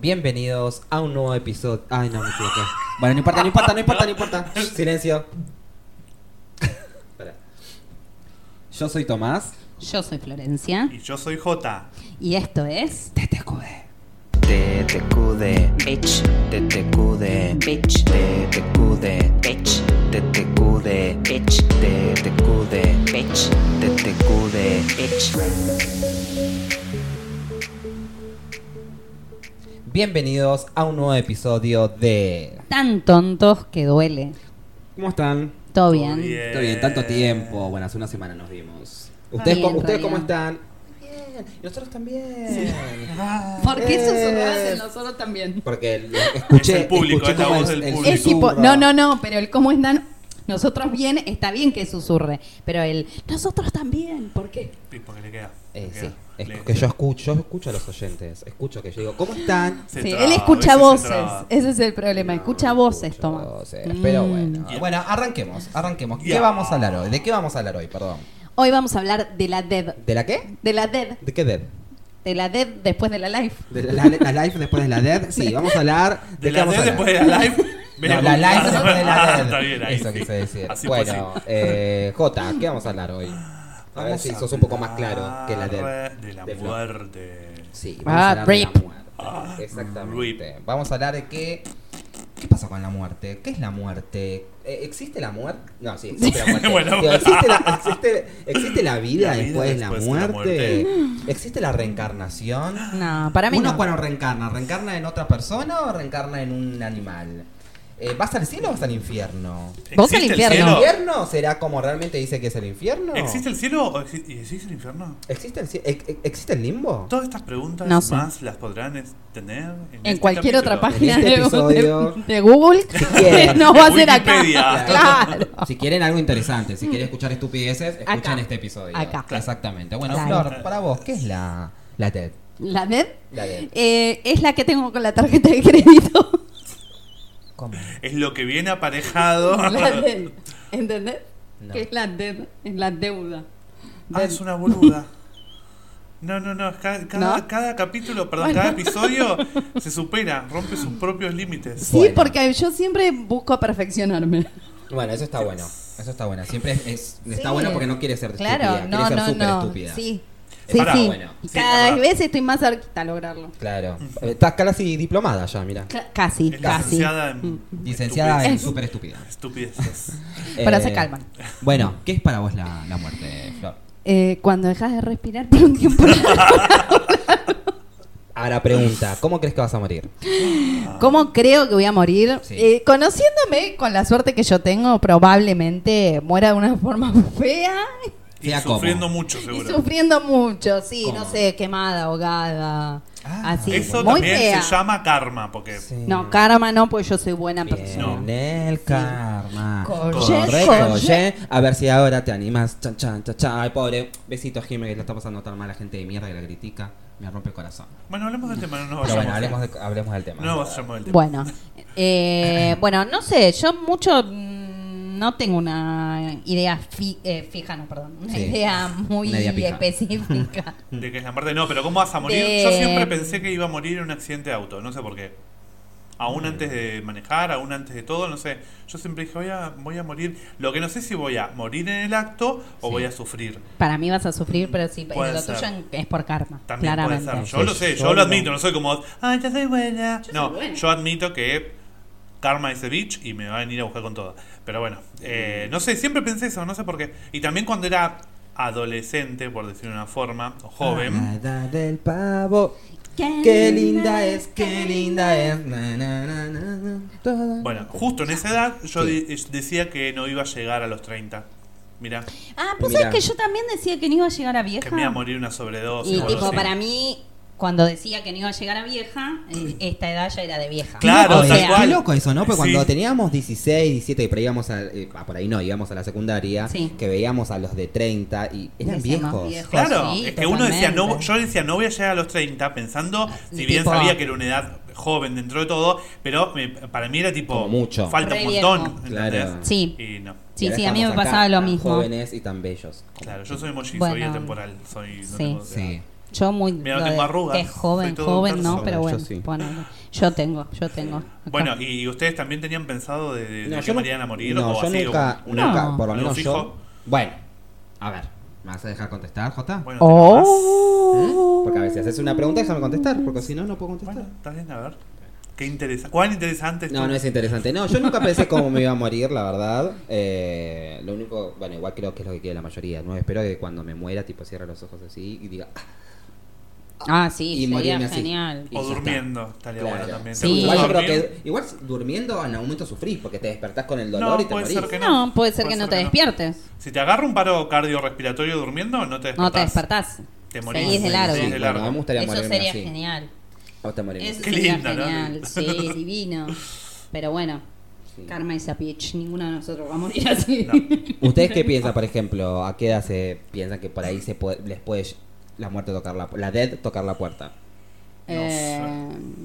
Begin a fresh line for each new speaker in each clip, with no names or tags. Bienvenidos a un nuevo episodio. Ay, no, me equivoqué.
Bueno, no importa, no importa, no importa, no importa.
Silencio. Espera.
Yo soy Tomás.
Yo soy Florencia
Y yo soy Jota.
y esto es
TTQD.
TTQD, bitch, TTQD, bitch, TTQD, bitch, TTQD, bitch, TTQD, bitch, TTQD, bitch.
Bienvenidos a un nuevo episodio de.
Tan tontos que duele.
¿Cómo están?
Todo bien.
Está bien, tanto tiempo. Bueno, hace una semana nos vimos.
¿Ustedes,
bien,
cómo- ¿ustedes
Ryan.
cómo están? Bien. Y nosotros también.
Porque eso se lo
Eh.
hacen nosotros también.
Porque el- escuché.
Es el público,
escuché
es la
cómo
voz del
el
público.
Es tipo,
susurro.
no, no, no, pero el cómo están nosotros bien, está bien que susurre, pero el nosotros también, ¿por qué?
Sí, porque le queda.
Eh,
le
sí,
queda.
es
Le-
que yo escucho, yo escucho a los oyentes. Escucho que yo digo, ¿cómo están?
se
Sí,
traba,
él
a
escucha
veces se
voces,
traba.
ese es el problema, escucha voces,
Escucho
Tomás.
Ah, voces, eh, Pero
Mm.
bueno.
Yeah.
Bueno, arranquemos, arranquemos. ¿Qué
Yeah.
vamos a hablar hoy? ¿De qué vamos a hablar hoy? Perdón.
Hoy vamos a hablar de la dead,
¿De la qué?
de la dead,
¿De qué dead?
de la dead después de la life.
De la, la- la life después de la dead. Sí, vamos a hablar.
De
qué
la
vamos a
D
hablar?
después de la live.
No, la live
Ah,
después de la dead.
Está bien, ahí.
Eso
sí.
quise decir.
Así fue,
bueno, eh, Jota, ¿qué vamos a hablar hoy? A ver si sos un poco más claro que la dead.
hablar De la
de Flor.
muerte.
Sí,
Ah,
vamos a hablar de la
rip.
muerte.
Ah,
Exactamente.
rip.
Vamos a hablar de qué. ¿Qué pasa con la muerte? ¿Qué es la muerte? Eh, ¿Existe la muerte? No, sí, existe la muerte.
Bueno.
Digo, ¿existe, la, existe, existe la vida
La vida
después de la
después de la
muerte? ¿Existe la reencarnación?
No, para mí
¿Uno
no.
cuando reencarna? ¿Reencarna en otra persona o reencarna en un animal? Eh, ¿Vas al cielo o vas al infierno?
Vos al
¿Existe el
¿El
infierno. No.
cielo?
infierno será como realmente dice que es el infierno?
¿Existe el cielo o exi- y existe el infierno?
¿Existe el, ci- ex- ex- ¿existe el limbo?
Todas estas preguntas
No
y
sé.
más las podrán es- tener en,
En
este
cualquier otra
capítulo.
página
En este
de-
episodio.
de, de Google,
quieren.
no va a ser
Wikipedia.
acá. Claro.
Si quieren algo interesante, si quieren escuchar estupideces, escuchan
Acá.
este episodio.
Acá.
Exactamente. Bueno,
Claro.
Flor, para vos, ¿qué es la, la TED?
La net
La TED.
eh, es la que tengo con la tarjeta de crédito.
¿Cómo?
Es lo que viene aparejado.
La DED. ¿Entendés?
No.
Que es la DED, es la deuda.
Ah,
Dead.
es una boluda. No, no, no. Cada, cada,
¿No?
cada capítulo, perdón,
Bueno.
cada episodio se supera, rompe sus propios límites.
Sí,
Bueno.
porque yo siempre busco perfeccionarme.
Bueno, eso está bueno. Eso está bueno. Siempre es, es- está
Sí.
bueno porque no quiere ser
Claro,
estúpida.
no,
quiere ser
no,
súper
no.
estúpida.
Sí.
Eh,
Sí,
pará,
sí.
bueno.
Y
Sí,
cada
verdad.
vez estoy más cerquita a lograrlo.
Claro. Eh, Estás casi diplomada ya, mira.
Cla- casi,
Es
casi. Mm.
licenciada en
Licenciada en
Es-
súper estúpida. Eh,
estupideces.
Pero se calman.
Bueno, ¿qué es para vos la, la muerte, Flor?
Eh, cuando dejas de respirar por un tiempo,
Ahora pregunta, ¿cómo crees que vas a morir?
¿cómo creo que voy a morir?
Sí.
Eh, conociéndome con la suerte que yo tengo, probablemente muera de una forma fea
Y
Sea como.
sufriendo mucho,
y
seguro.
sufriendo mucho. Sí,
¿Cómo?
no sé, quemada, ahogada.
Ah,
así,
Eso
muy
también
fea.
se llama karma, porque
No, karma no, pues yo soy buena
Bien,
persona.
Eh, el karma.
Con
Correcto,
ye, con ye.
ye. A ver si ahora te animas. Chan, chan, chan, chan. Ay, pobre. Besito a Jimmy que la está pasando tan mal a la gente de mierda que la critica. Me rompe el corazón.
Bueno, hablemos del tema, no nos
Pero
vayamos.
bueno, hablemos, de- hablemos del tema.
No nos vayamos del tema.
Bueno, eh, bueno, no sé, yo mucho mm, no tengo una idea fi- eh, fija, no, perdón, una
Sí.
idea muy
Una idea pija.
específica.
De que es la muerte. No, pero ¿cómo vas a morir?
De-
Yo siempre pensé que iba a morir en un accidente de auto, no sé por qué. Aún antes de manejar, aún antes de todo, no sé. Yo siempre dije, voy a, voy a morir. Lo que no sé si voy a morir en el acto o
Sí.
voy a sufrir.
Para mí vas a sufrir, pero sí,
Puede
lo
ser.
tuyo en- es por karma,
También
claramente.
puede ser.
Sí,
Yo lo sé, yo,
yo
lo
no.
admito, no soy como, vos, ay, yo soy buena. no,
buena.
yo admito que karma es el bitch y me va a venir a buscar con todo. Pero bueno, eh, no sé, siempre pensé eso, no sé por qué. Y también cuando era adolescente, por decirlo de una forma, o joven.
Nada del pavo. Qué linda es, qué linda es. Mm, Na, na, na, na, na, toda.
Bueno, justo en esa edad yo
Sí.
de- decía que no iba a llegar a los 30. Mira,
Ah, pues
Mirá.
sabes que yo también decía que no iba a llegar a vieja.
que me iba a morir una sobredosis.
y
o algo
tipo,
así.
para mí, cuando decía que no iba a llegar a vieja,
Mm.
eh, esta edad ya era de vieja.
Claro,
o
Oye,
tal
sea,
cual.
Qué loco eso, ¿no? Porque cuando
Sí.
teníamos 16, 17 y por ahí íbamos a, eh, ah, por ahí no, íbamos a la secundaria,
Sí.
que veíamos a los de 30 y eran
Decíamos
viejos.
viejos.
Claro,
Sí,
es que uno decía, no,
totalmente.
yo decía, no voy a llegar a los 30, pensando, si bien
Tipo-
sabía que era una edad joven dentro de todo, pero me- para mí era tipo,
Como mucho.
falta
Re
un
viejo.
montón.
Claro.
¿entendés?
Sí.
Y no.
Y
Sí,
ahora
sí, a mí me
estamos acá,
pasaba lo
tan
mismo.
Jóvenes y tan bellos.
Claro, yo soy emoji,
Bueno.
soy atemporal, soy. no
Sí.
tengo-
Sí.
Yo muy.
Mira, no
lo de-
tengo arrugas.
de joven,
Soy todo
joven,
terso.
no, pero
Yo
bueno.
sí.
ponele. Yo tengo, yo tengo. acá.
Bueno, y, y ustedes también tenían pensado de, de- de
No,
que
yo nu-
Mariana morir
no,
o
yo
así.
nunca,
una-
nunca,
No.
por lo
algo
menos
fijo.
yo. Bueno, a ver, ¿me vas a dejar contestar, Jota?
Bueno,
Oh.
Porque a veces haces una pregunta y déjame contestar, porque si no, no puedo
tenés
contestar.
más. Bueno, está bien, a ver. Qué interesa ¿Cuán interesante es
No,
tu-
no es interesante. No, yo nunca pensé cómo me iba a morir, la verdad. Eh, lo único, bueno, igual creo que es lo que quiere la mayoría, ¿no? Espero que cuando me muera, tipo, cierre los ojos así y diga, "Ah,
Ah, sí,
Y
sería
morirme así.
genial.
y ya
O
está.
durmiendo, estaría
claro.
bueno también. ¿Te
Sí.
gusta
Igual yo creo
dormir?
que, igual durmiendo en algún momento sufrís, porque te despertás con el dolor
No,
y te
puede
morís.
ser que no.
No, puede ser que no te despiertes.
Si te agarra un paro cardiorrespiratorio durmiendo, no te despertás.
No te despertás.
Te morís.
Seguís de largo.
Seguís
Sí,
de
bueno,
largo.
a mí me gustaría
Eso
morirme
sería
así.
genial.
O te morís.
Eso
Qué
sería
lindo, ¿no?
genial. Sí, divino. Pero bueno,
Sí.
Karma y Sapich, ninguno de nosotros va a morir así.
¿Ustedes qué piensan, por ejemplo? ¿A qué edad se piensan que por ahí se puede- les puede la muerte tocar la la dead tocar la puerta?
Eh,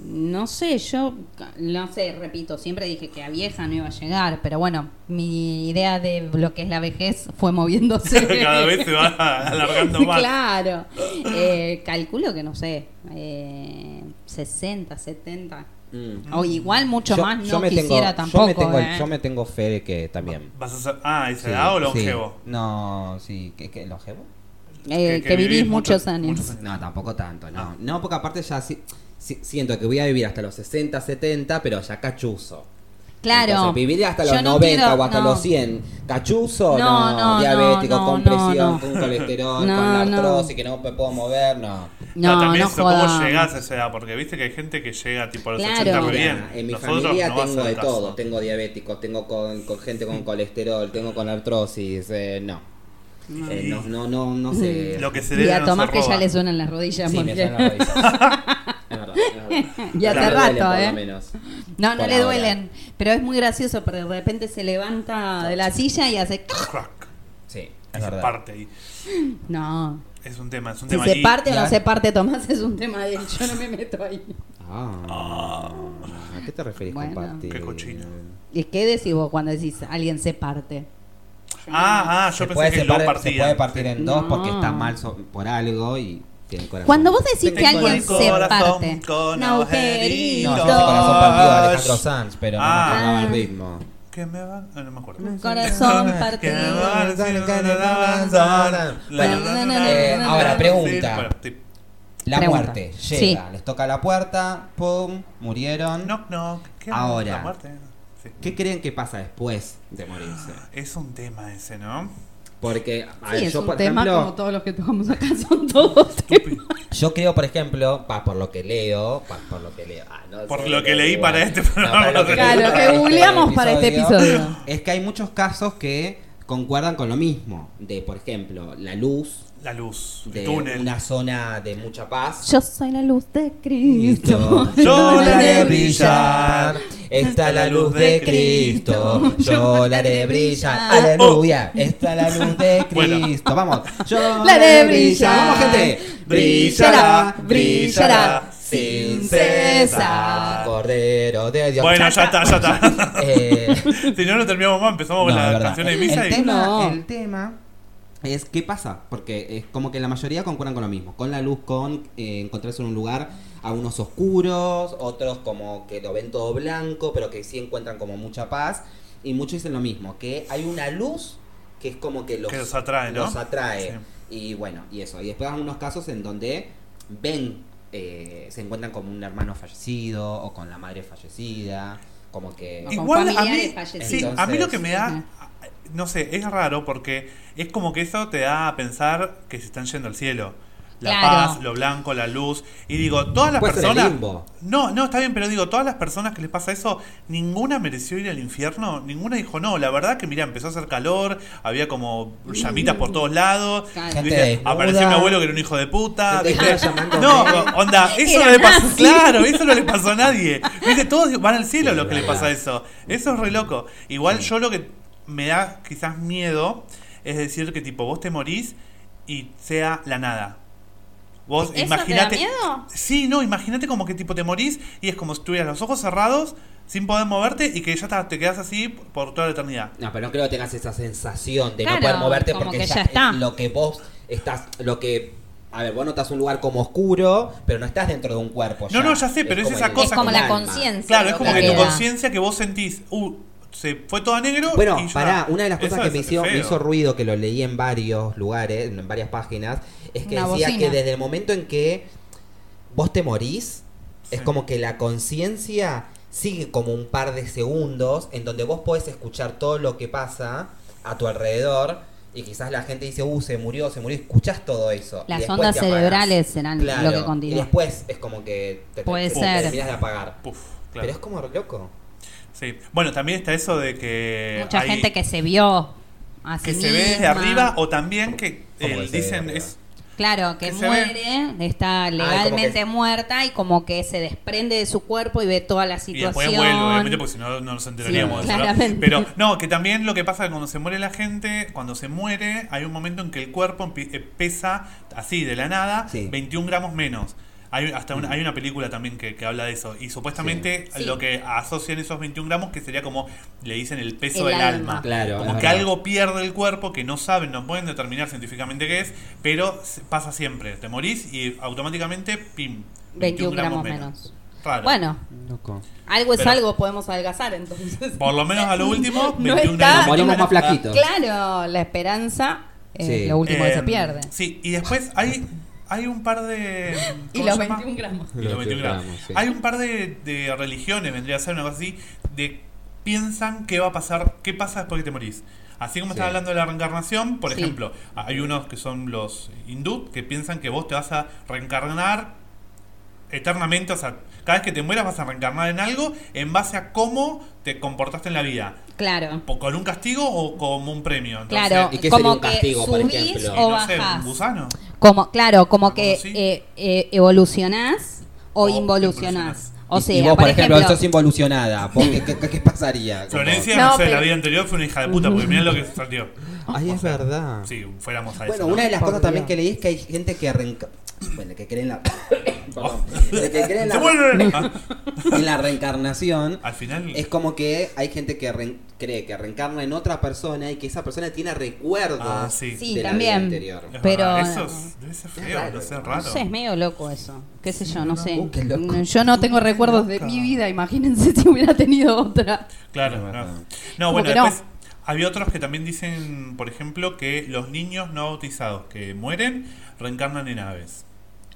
no sé, yo no sé, repito, siempre dije que a vieja no iba a llegar, pero bueno, mi idea de lo que es la vejez fue moviéndose.
Cada vez se va alargando más.
Claro. Eh, calculo que no sé, eh, 60, 70. O
Mm.
igual mucho más no quisiera tampoco.
Yo me, tengo,
eh.
yo me tengo fe de que también.
Vas a ser- ah, ¿y se da o longevo?
Sí. No, sí. ¿Qué, qué, longevo
Eh, que, vivís muchos años.
No, tampoco tanto, no. No, porque aparte ya sí- sí- siento que voy a vivir hasta los 60, 70, pero ya cachuzo.
Claro.
Entonces, vivir hasta los
Yo no
90
quiero-
o hasta
no.
los 100. Cachuzo,
No,
no.
no,
diabético,
no,
con
no,
presión,
no.
con colesterol,
No,
con la
no.
artrosis, que no me puedo mover, no.
No,
No,
también
no
eso, cómo
jodamos.
llegás a esa edad, porque viste que hay gente que llega tipo a los
Claro.
80 re
Pero
bien.
En mi
Nosotros
familia
no va a
tengo
ser
de
el caso.
todo. Tengo diabéticos, tengo con, con gente
Mm.
con colesterol, tengo con artrosis. eh, no. Eh, no, no, no, no sé.
Lo que se
Y
debe
a
no se
Tomás que
roba.
Mm. ya le suenan las rodillas.
Sí,
muy
me
bien.
suena la rodilla. Es verdad, es verdad.
Y hace
Me duelen,
rato,
por lo
¿eh?
menos.
No, no
Por
le
ahora.
duelen, pero es muy gracioso, pero de repente se levanta de la silla y hace... ¡tac!
Crack.
Sí, es
Se
verdad.
parte ahí.
No,
Es un tema, es un
si
tema
se
ahí.
parte o no
claro.
se parte Tomás es un tema de él, yo no me meto ahí.
Ah, ¿A qué te referís
Bueno.
con parte?
Qué cochino.
¿Y qué decís vos cuando decís alguien se parte?
Ah, ah,
Se
yo
puede,
pensé que lo
separar- se
partían.
puede partir en dos
No.
porque está mal so- por algo y tiene el corazón.
Cuando vos decís que
Tengo
alguien
el
se
corazón
parte,
con
un
agujerito.
No, yo
agujerito.
ese corazón partido de Alejandro Sanz, pero
Ah.
no me acordaba el ritmo.
Que me va? Ah, No me acuerdo.
Un corazón
Que me
partido.
va al cielo, que me va al sol.
Bueno,
La, la, la,
eh,
la,
ahora,
la,
pregunta.
sí, bueno, sí.
La
Pregunta.
muerte llega,
Sí.
les toca la puerta, pum, murieron.
Knock, knock. ¿Qué
Ahora.
La muerte. Sí.
¿Qué creen que pasa después de morirse?
Es un tema ese, ¿no?
Porque a ver,
Sí, es
yo,
un
por
tema
ejemplo,
como todos los que tocamos acá son todos.
Tupi.
yo creo, por ejemplo, pa, por lo que leo, pa, por lo que leo, ah, no
Por
sé,
lo que leí para este programa.
para lo que leí
Claro,
para
que
este
googleamos para este episodio.
Es que hay muchos casos que concuerdan con lo mismo, de por ejemplo, la luz
La luz. El
de
túnel.
una zona de mucha paz.
Yo soy la luz de Cristo.
Yo la haré brillar.
Está la luz de Cristo. Yo la haré brillar. Aleluya. Está la luz de
Ah, oh. Bueno.
Cristo. Vamos. Yo
La haré brillar.
Vamos, gente.
Brillará, brillará, sin cesar.
Cordero de Dios.
Bueno, ya está, ya está.
Eh,
si no, no terminamos más. Empezamos
no,
con
es
las
verdad.
canciones de
El-
misa
el
y.
tema,
No.
el tema es qué pasa, porque es como que la mayoría concuerdan con lo mismo, con la luz, con eh, encontrarse en un lugar a unos oscuros, otros como que lo ven todo blanco, pero que sí encuentran como mucha paz, y muchos dicen lo mismo, que hay una luz que es como que los,
Que los atrae, ¿no?
los atrae.
Sí.
Y bueno, y eso. Y después hay unos casos en donde ven, eh, se encuentran con un hermano fallecido o con la madre fallecida, como que...
con
Igual a mí,
familiares fallecidos.
sí, a mí lo que me
Ajá.
da, no sé, es raro porque es como que eso te da a pensar que se están yendo al cielo. La
Claro.
paz, lo blanco, la luz. Y digo, todas las
Puede ser el
personas...
limbo.
No, no, está bien, pero digo, todas las personas que les pasa eso, ninguna mereció ir al infierno, ninguna dijo, no, la verdad que mira, empezó a hacer calor, había como llamitas por todos lados,
Claro.
¿viste?
Gente desnuda.
apareció mi abuelo que era un hijo de puta,
Gente
¿viste?
que estaba llamando
Ah, no,
a-
onda, eso
Era
no le pasó,
nazi.
claro, eso no le pasó a nadie, ¿viste? Todos van al cielo los que le pasa
verdad.
eso. Eso es re loco. Igual yo lo que me da quizás miedo es decir que tipo vos te morís y sea la nada. Vos
¿Eso te da
imaginate.
miedo?
Sí, no, imagínate como que tipo te morís y es como si tuvieras los ojos cerrados sin poder moverte y que ya ta- te quedas así por toda la eternidad.
No, pero no creo que tengas esa sensación de
Claro,
no poder moverte
como
porque
que
ya,
ya está.
lo que vos estás, lo que A ver, vos notas un lugar como oscuro, pero no estás dentro de un cuerpo.
No, no, ya sé, pero es
como
esa cosa
Es como
el
la
alma.
conciencia.
Claro, es
lo
como que tu
queda.
conciencia que vos sentís, uh, se fue todo a negro.
Bueno,
y yo-
pará, una de las
Eso
cosas que
es
me hizo, me
feo.
hizo ruido, que lo leí en varios lugares, en varias páginas, es que
Una
decía
bocina.
que desde el momento en que vos te morís, es
Sí.
como que la conciencia sigue como un par de segundos en donde vos podés escuchar todo lo que pasa a tu alrededor y quizás la gente dice, uh, se murió, se murió, escuchás todo eso. y
Las
después
ondas
te apagás.
cerebrales serán
Claro,
lo que
y
continúa.
después es como que te,
Puede
te- te
ser.
terminás de apagar.
Puf, claro.
Pero es como re loco.
Sí. Bueno, también está eso de que.
Mucha
hay-
gente que se vio a sí
eh, que se ve desde
misma.
arriba o también que
¿Cómo
eh,
que se ve
dicen
arriba?
es
Claro, que,
que se ve. Ah,
muere, está
como
legalmente
que-
muerta y como que se desprende de su cuerpo y ve toda la
y
situación.
después vuelve, obviamente, porque si no, no nos enteraríamos
Sí,
de eso, ¿no?
claramente.
Pero no, que también lo que pasa es que cuando se muere la gente, cuando se muere, hay un momento en que el cuerpo empi- eh, pesa así de la nada
Sí.
21 gramos menos. Hay, hasta una, hay una película también que, que habla de eso. Y supuestamente
Mm. Sí. Sí.
lo que asocian esos 21 gramos, que sería como le dicen el peso
El
del
alma.
alma.
Claro,
Como
es
que
verdad.
algo pierde el cuerpo que no saben, no pueden determinar científicamente qué es, pero se- pasa siempre. Te morís y automáticamente, pim,
21 gramos menos.
Raro.
Bueno,
Loco.
Ah,
algo es
Pero-
algo, podemos adelgazar entonces.
Por lo menos a lo último,
No
21
está-
gramos.
Nos
morimos más flaquitos.
Claro, la esperanza es
Sí.
lo último que se
Eh,
pierde.
Sí, y después hay, hay un par de.
Y
¿cómo
los
se llama?
21 gramos.
Y los
Los
21 gramos.
gramos, sí.
Hay un par de, de religiones, vendría a ser una cosa así, de piensan qué va a pasar, qué pasa después que te morís. Así como
Sí.
estás hablando de la reencarnación, por
Sí.
ejemplo, hay unos que son los hindú que piensan que vos te vas a reencarnar eternamente, o sea, cada vez que te mueras vas a reencarnar en algo en base a cómo te comportaste en la vida,
Claro.
po- con un castigo o como un premio. Entonces,
Claro,
¿y qué sería
como
un
que
castigo, por
subís
ejemplo?
o
no sé,
bajás.
un gusano.
Como, claro, como
Algo
que
así.
eh, eh, evolucionás o,
O
involucionás.
involucionás.
O sea,
y vos, por ejemplo,
ejemplo,
sos involucionada. ¿Vos qué, qué- qué- qué pasaría? Como-
Florencia,
No,
no, sé,
pero-
la vida anterior fue una hija de puta, porque mirá lo que salió.
Ay, es verdad.
Si fuéramos a eso.
Bueno,
¿no?
una de las
Por
cosas también
Dios.
que leí es que hay gente que reenca- Bueno, que cree en la. Perdón. Que cree en
¡Se
la...
vuelve! Ah,
en la reencarnación.
al final.
Es como que hay gente que reen- cree que reencarna en otra persona y que esa persona tiene recuerdos
Ah, sí. Ah.
Sí,
de
también.
la vida anterior.
Es
pero-
verdad, Eso es- debe ser feo,
raro.
debe ser
No
raro.
sé, es medio loco eso. Qué sé yo, no sé.
Uh, qué loco.
No, Yo no tengo recuerdos de mi vida, imagínense si hubiera tenido otra.
Claro,
Es
no.
verdad.
No,
Como
bueno,
que no.
después había otros que también dicen, por ejemplo, que los niños no bautizados que mueren reencarnan en aves.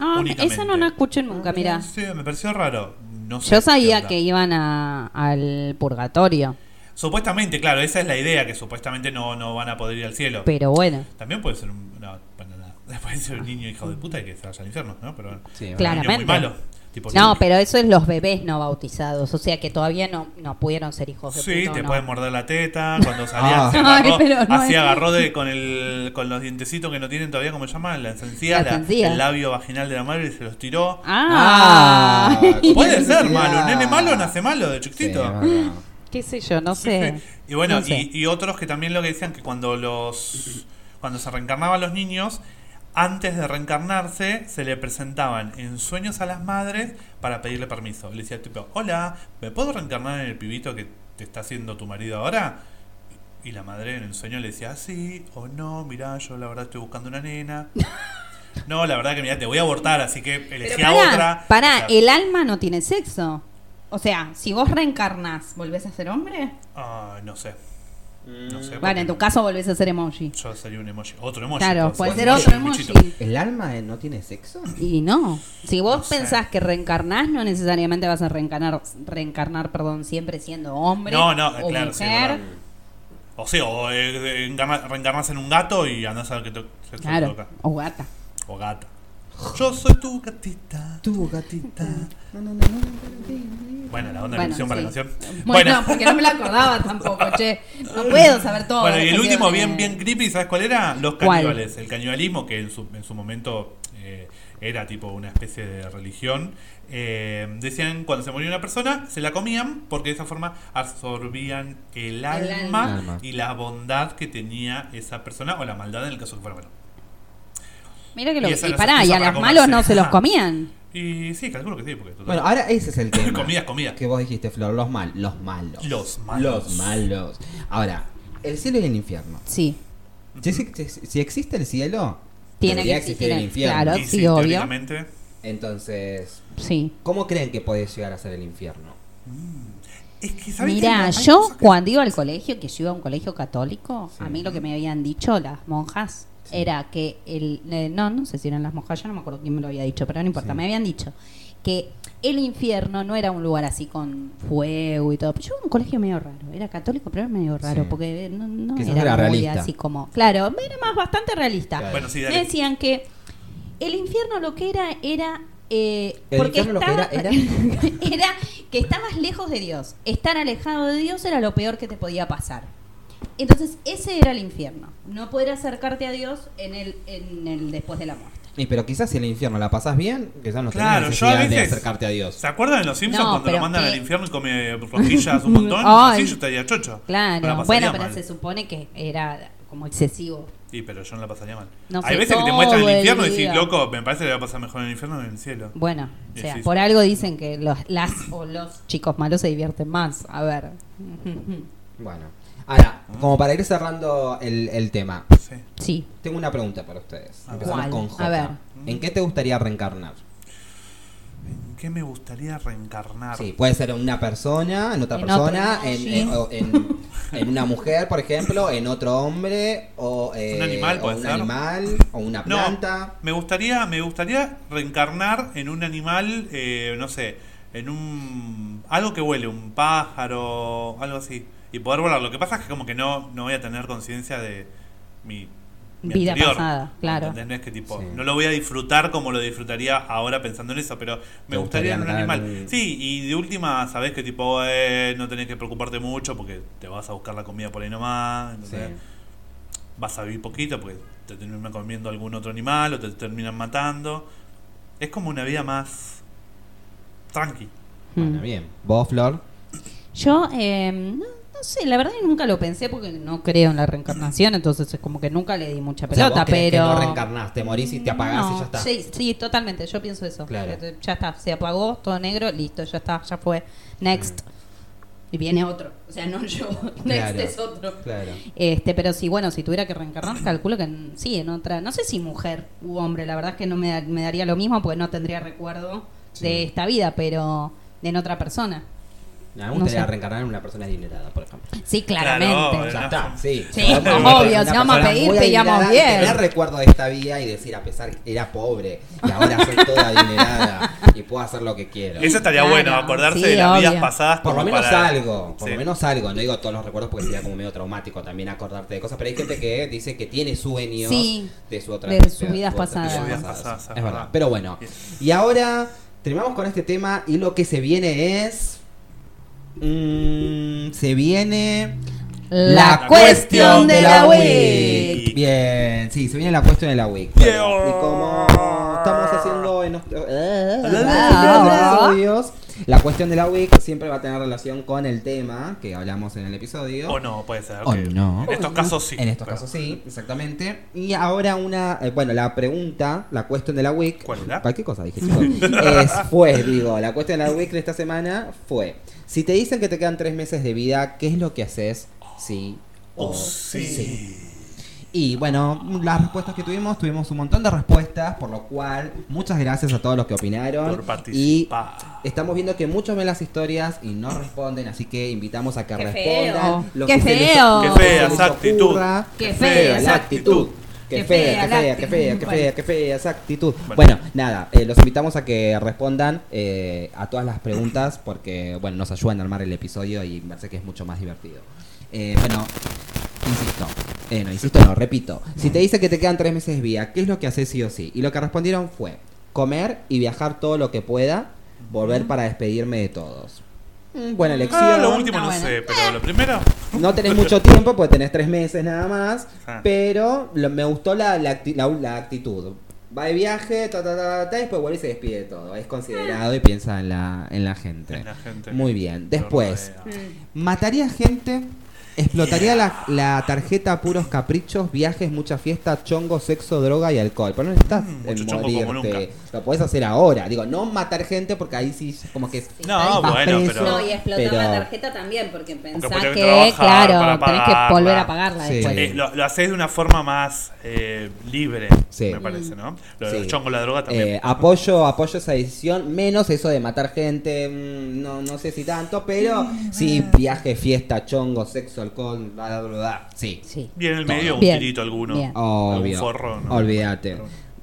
Ah,
Únicamente.
esa no la escuché nunca, mirá.
Sí, me pareció raro. No sé
Ah. Yo
qué
sabía
onda.
que iban a- al purgatorio,
Supuestamente, claro, esa es la idea, que supuestamente no, no van a poder ir al cielo.
pero bueno.
También puede ser un. No, bueno, nada. Puede ser un niño hijo de puta y que se vaya al infierno, ¿no? Pero bueno.
Sí,
Claro.
Un niño
Claramente.
muy malo. Tipo,
No,
sí.
pero eso es los bebés no bautizados, o sea que todavía no, no pudieron ser hijos de
Sí,
puta,
te
¿no?
pueden morder la teta. Cuando salías,
Ah.
se agarró,
Ay, pero no
así
es-
agarró de, con, el, con los dientecitos que no tienen todavía, como se llaman, las encías,
Las
la-
encías.
el labio vaginal de la madre y se los tiró.
Ah,
Puede ser malo, un nene malo nace malo de chiquitito.
qué sé yo, no sé.
Y bueno,
No sé.
y, y otros que también lo que decían que cuando los cuando se reencarnaban los niños, antes de reencarnarse, se le presentaban en sueños a las madres para pedirle permiso. Le decía tipo, hola, ¿me puedo reencarnar en el pibito que te está haciendo tu marido ahora? Y la madre en el sueño le decía, "Ah, sí o no, mirá, yo la verdad estoy buscando una nena. No, la verdad que mirá, te voy a abortar, así que
Pero
elegí a
pará,
otra.
pará,
O sea,
el alma no tiene sexo. O sea, si vos reencarnás, ¿volvés a ser hombre?
ah, no sé. No sé.
Mm. Bueno, en tu caso volvés a ser emoji.
Yo sería un emoji. Otro emoji.
Claro,
puede
puede ser
un
otro
un
emoji.
bichito.
¿El alma eh, no tiene sexo?
Y no. Si vos
No sé.
pensás que reencarnás, no necesariamente vas a reencarnar, reencarnar perdón, siempre siendo hombre
No, no,
o
claro, sí, es
mujer.
verdad. O sea, o eh, engarna- reencarnas en un gato y andás a ver qué to- se te
claro,
pues, toca.
o gata.
O gata. Yo soy tu gatita.
Tu gatita.
Bueno, la
Bueno,
onda de canción para
sí.
canción.
Bueno,
Bueno,
porque no me la acordaba tampoco, che. No puedo saber todo.
bueno, y el
Este
último,
que-
bien, bien creepy, ¿sabes cuál era? Los
¿Cuál?
caníbales. El canibalismo, que en su, en su momento eh, era tipo una especie de religión. Eh, decían cuando se moría una persona, se la comían porque de esa forma absorbían el alma,
alma.
y la bondad que tenía esa persona o la maldad en el caso que fuera malo.
Mira que lo
Y
y,
esa no se
pará,
usa
y a
para
los
comerse.
malos no se los
Ah.
comían.
Y sí, calculo que sí, porque total.
Bueno, ahora ese es el tema.
Comida, comida.
Que vos dijiste, Flor, los, mal, los malos.
Los malos.
Los malos. Ahora, el cielo y el infierno.
Sí.
Si, si- si existe el cielo,
Tiene que
Debería
existir
existir el
el-
infierno.
Claro,
Y
sí,
sí,
obvio.
teóricamente,
Entonces,
Sí.
¿cómo creen que puede llegar a ser el infierno?
Es que, ¿sabes qué?
Mira,
Hay
yo
cosas que-
cuando iba al colegio, que yo iba a un colegio católico,
Sí.
a mí lo que me habían dicho las monjas era que el eh, no, no sé si eran las monjas, yo no me acuerdo quién me lo había dicho, pero no importa,
Sí.
me habían dicho que el infierno no era un lugar así con fuego y todo. Yo iba a un colegio medio raro, era católico, pero era medio raro,
Sí.
porque no, no
Quizás
era,
era
muy
realista.
así como. Claro, era más bastante realista.
Claro.
Bueno, sí,
Me
dale.
decían que el infierno lo que era era eh,
El
porque
infierno lo que
estaba,
era,
era que estabas lejos de Dios. Estar alejado de Dios era lo peor que te podía pasar. Entonces ese era el infierno, no poder acercarte a Dios en el en el después de la muerte.
Y pero quizás si el infierno la pasás bien, quizás no
Claro,
tenés
yo a
necesidad de
veces-
acercarte a Dios.
¿Se acuerdan de los Simpsons
No,
cuando lo
pero
mandan
que-
al infierno y come rosquillas un montón?
Ay.
Sí, yo estaría chocho. No la
Claro.
pasaría
Bueno, pero
mal.
se supone que era como excesivo.
Sí, pero yo no la pasaría mal.
No
Hay
sé,
veces que te
todo
muestran el
el
infierno y
día.
decís, loco, me parece que va a pasar mejor en el infierno que en el cielo.
Mm.
Bueno, o
Sí,
sea,
sí, sí.
por algo dicen que los las o los chicos malos se divierten más. A ver.
Bueno, ahora, como para ir cerrando el, el tema,
Sí.
Sí.
tengo una pregunta para ustedes.
A ver.
Empezamos
¿Cuál?
con J.
A ver.
¿En qué te gustaría reencarnar?
¿En qué me gustaría reencarnar?
Sí, puede ser en una persona, en otra
En
persona,
otro-
en,
sí.
en- o- en- en una mujer, por ejemplo, en otro hombre, o eh,
Un animal,
o
puede
un
ser.
animal, o una
No,
planta.
me gustaría, me gustaría reencarnar en un animal, eh, no sé, en un algo que huele, un pájaro, algo así, y poder volar. Lo que pasa es que como que no, no voy a tener conciencia de mi, mi
Vida
anterior.
pasada, claro.
¿Entendés? Que tipo,
Sí.
no lo voy a disfrutar como lo disfrutaría ahora pensando en eso, pero me
Te gustaría
gustaría, en un
andar
animal.
en un-
Sí, y de última, sabés que tipo, eh, no tenés que preocuparte mucho porque te vas a buscar la comida por ahí nomás.
Sí.
¿entendés? vas a vivir poquito porque te terminan comiendo algún otro animal o te terminan matando. Es como una vida más tranqui.
Mm.
Bueno, bien. ¿Vos, Flor?
Yo, eh, no, no sé, la verdad que nunca lo pensé porque no creo en la reencarnación, entonces es como que nunca le di mucha
O sea,
pelota,
vos creés que
pero...
no reencarnás, te morís y te apagás y
No,
ya está.
Sí, sí, totalmente, yo pienso eso.
Claro.
Que Ya está, se apagó, todo negro, listo, ya está, ya fue. Next. Y viene otro, o sea, no yo, next
Claro.
es otro.
Claro.
Este, pero sí, bueno, si tuviera que reencarnar, calculo que en- sí, en otra, no sé si mujer u hombre, la verdad es que no me, da- me daría lo mismo porque no tendría recuerdo
Sí.
de esta vida, pero en otra persona.
A mí me
No
gustaría
sé.
reencarnar en una persona adinerada, por ejemplo.
Sí,
Claro,
claramente.
obvio,
Ya
no.
está, sí.
Sí,
Una
obvio, si no vamos a
persona
pedir,
muy
pillamos
adinerada,
bien.
Tener recuerdo de esta vida y decir, a pesar que era pobre y ahora soy toda adinerada y puedo hacer lo que quiero.
Eso estaría
Claro,
bueno, acordarse
sí,
de las
obvio.
vidas pasadas
Por lo
como
menos
para-
algo, por
Sí.
lo menos algo. No digo todos los recuerdos porque sería como medio traumático también acordarte de cosas, pero hay gente que dice que tiene sueños
Sí,
de su otra
de sus vidas
otras
pasadas.
De sus vidas pasadas,
Es
es
verdad.
verdad.
Pero bueno, y ahora terminamos con este tema y lo que se viene es. mm, se viene.
La cuestión de la week.
Bien, sí, se viene la cuestión de la week.
Bien.
Bueno, y como estamos haciendo en nuestro- eh,
Ah.
episodios, la cuestión de la week siempre va a tener relación con el tema que hablamos en el episodio.
O no, puede ser.
O
ok.
no.
En estos casos sí.
En estos
pero-
casos sí, exactamente. Y ahora una, eh, bueno, la pregunta, la cuestión de la week.
¿Cuál era?
Cualquier cosa dije, chicos. Es- fue, digo, la cuestión de la week de esta semana fue. Si te dicen que te quedan tres meses de vida, ¿qué es lo que haces? Sí.
Oh,
o
sí.
Y bueno, las respuestas que tuvimos, tuvimos un montón de respuestas, por lo cual, muchas gracias a todos los que opinaron.
Por
y
participar.
estamos viendo que muchos ven las historias y no responden, así que invitamos a que
Qué
respondan.
feo.
lo
Qué
que se les-
feo.
lo que se
Qué fea
les
esa actitud.
ocurra.
Qué
Qué
fea
fea
esa
esa actitud. Qué fea, qué fea, qué fea, qué fea,
Bueno.
qué fea esa actitud.
Bueno.
Bueno, nada, eh, los invitamos a que respondan eh, a todas las preguntas porque, bueno, nos ayudan a armar el episodio y me parece que es mucho más divertido. Eh, bueno, insisto, eh, no, insisto, no, repito. Si te dice que te quedan tres meses de vida, ¿qué es lo que haces sí o sí? Y lo que respondieron fue comer y viajar todo lo que pueda, volver para despedirme de todos. Mm, Buena elección.
Ah, lo último no,
Está bueno.
sé, pero lo primero.
No tenés mucho tiempo, porque tenés tres meses nada más.
Ah.
Pero lo- me gustó la, la, acti- la- la actitud. Va de viaje, ta, ta, ta, ta, y después vuelve y se despide de todo. Es considerado y piensa en la, en la gente.
En la gente
Muy
que
bien.
lo
Después,
rodea.
Mm.
mataría gente, explotaría la, la tarjeta a puros caprichos, viajes, mucha fiesta, chongo, sexo, droga y alcohol. Pero no necesitas
Mm,
eh,
mucho chongo como
morirte. Lo puedes hacer ahora. Digo, no matar gente porque ahí sí como que es...
No,
Vas
bueno,
preso.
pero.
No, y explotar
pero-
la tarjeta también, porque pensás
tenés que
que,
trabajar
claro,
para
tenés que
pagarla.
volver a pagarla
Sí.
después.
Eh, lo, lo haces de una forma más eh, libre,
Sí.
me parece, ¿no? Lo de
Sí.
los chongos, la droga también.
Eh, apoyo, apoyo esa decisión, menos eso de matar gente, mm, no, no sé si tanto, pero sí, viaje, fiesta, chongo, sexo, alcohol, bla, bla, bla, bla. Sí,
Sí.
Bien en el medio, un
Bien.
tirito alguno.
Bien.
obvio.
Algún forro, ¿no?
Olvídate.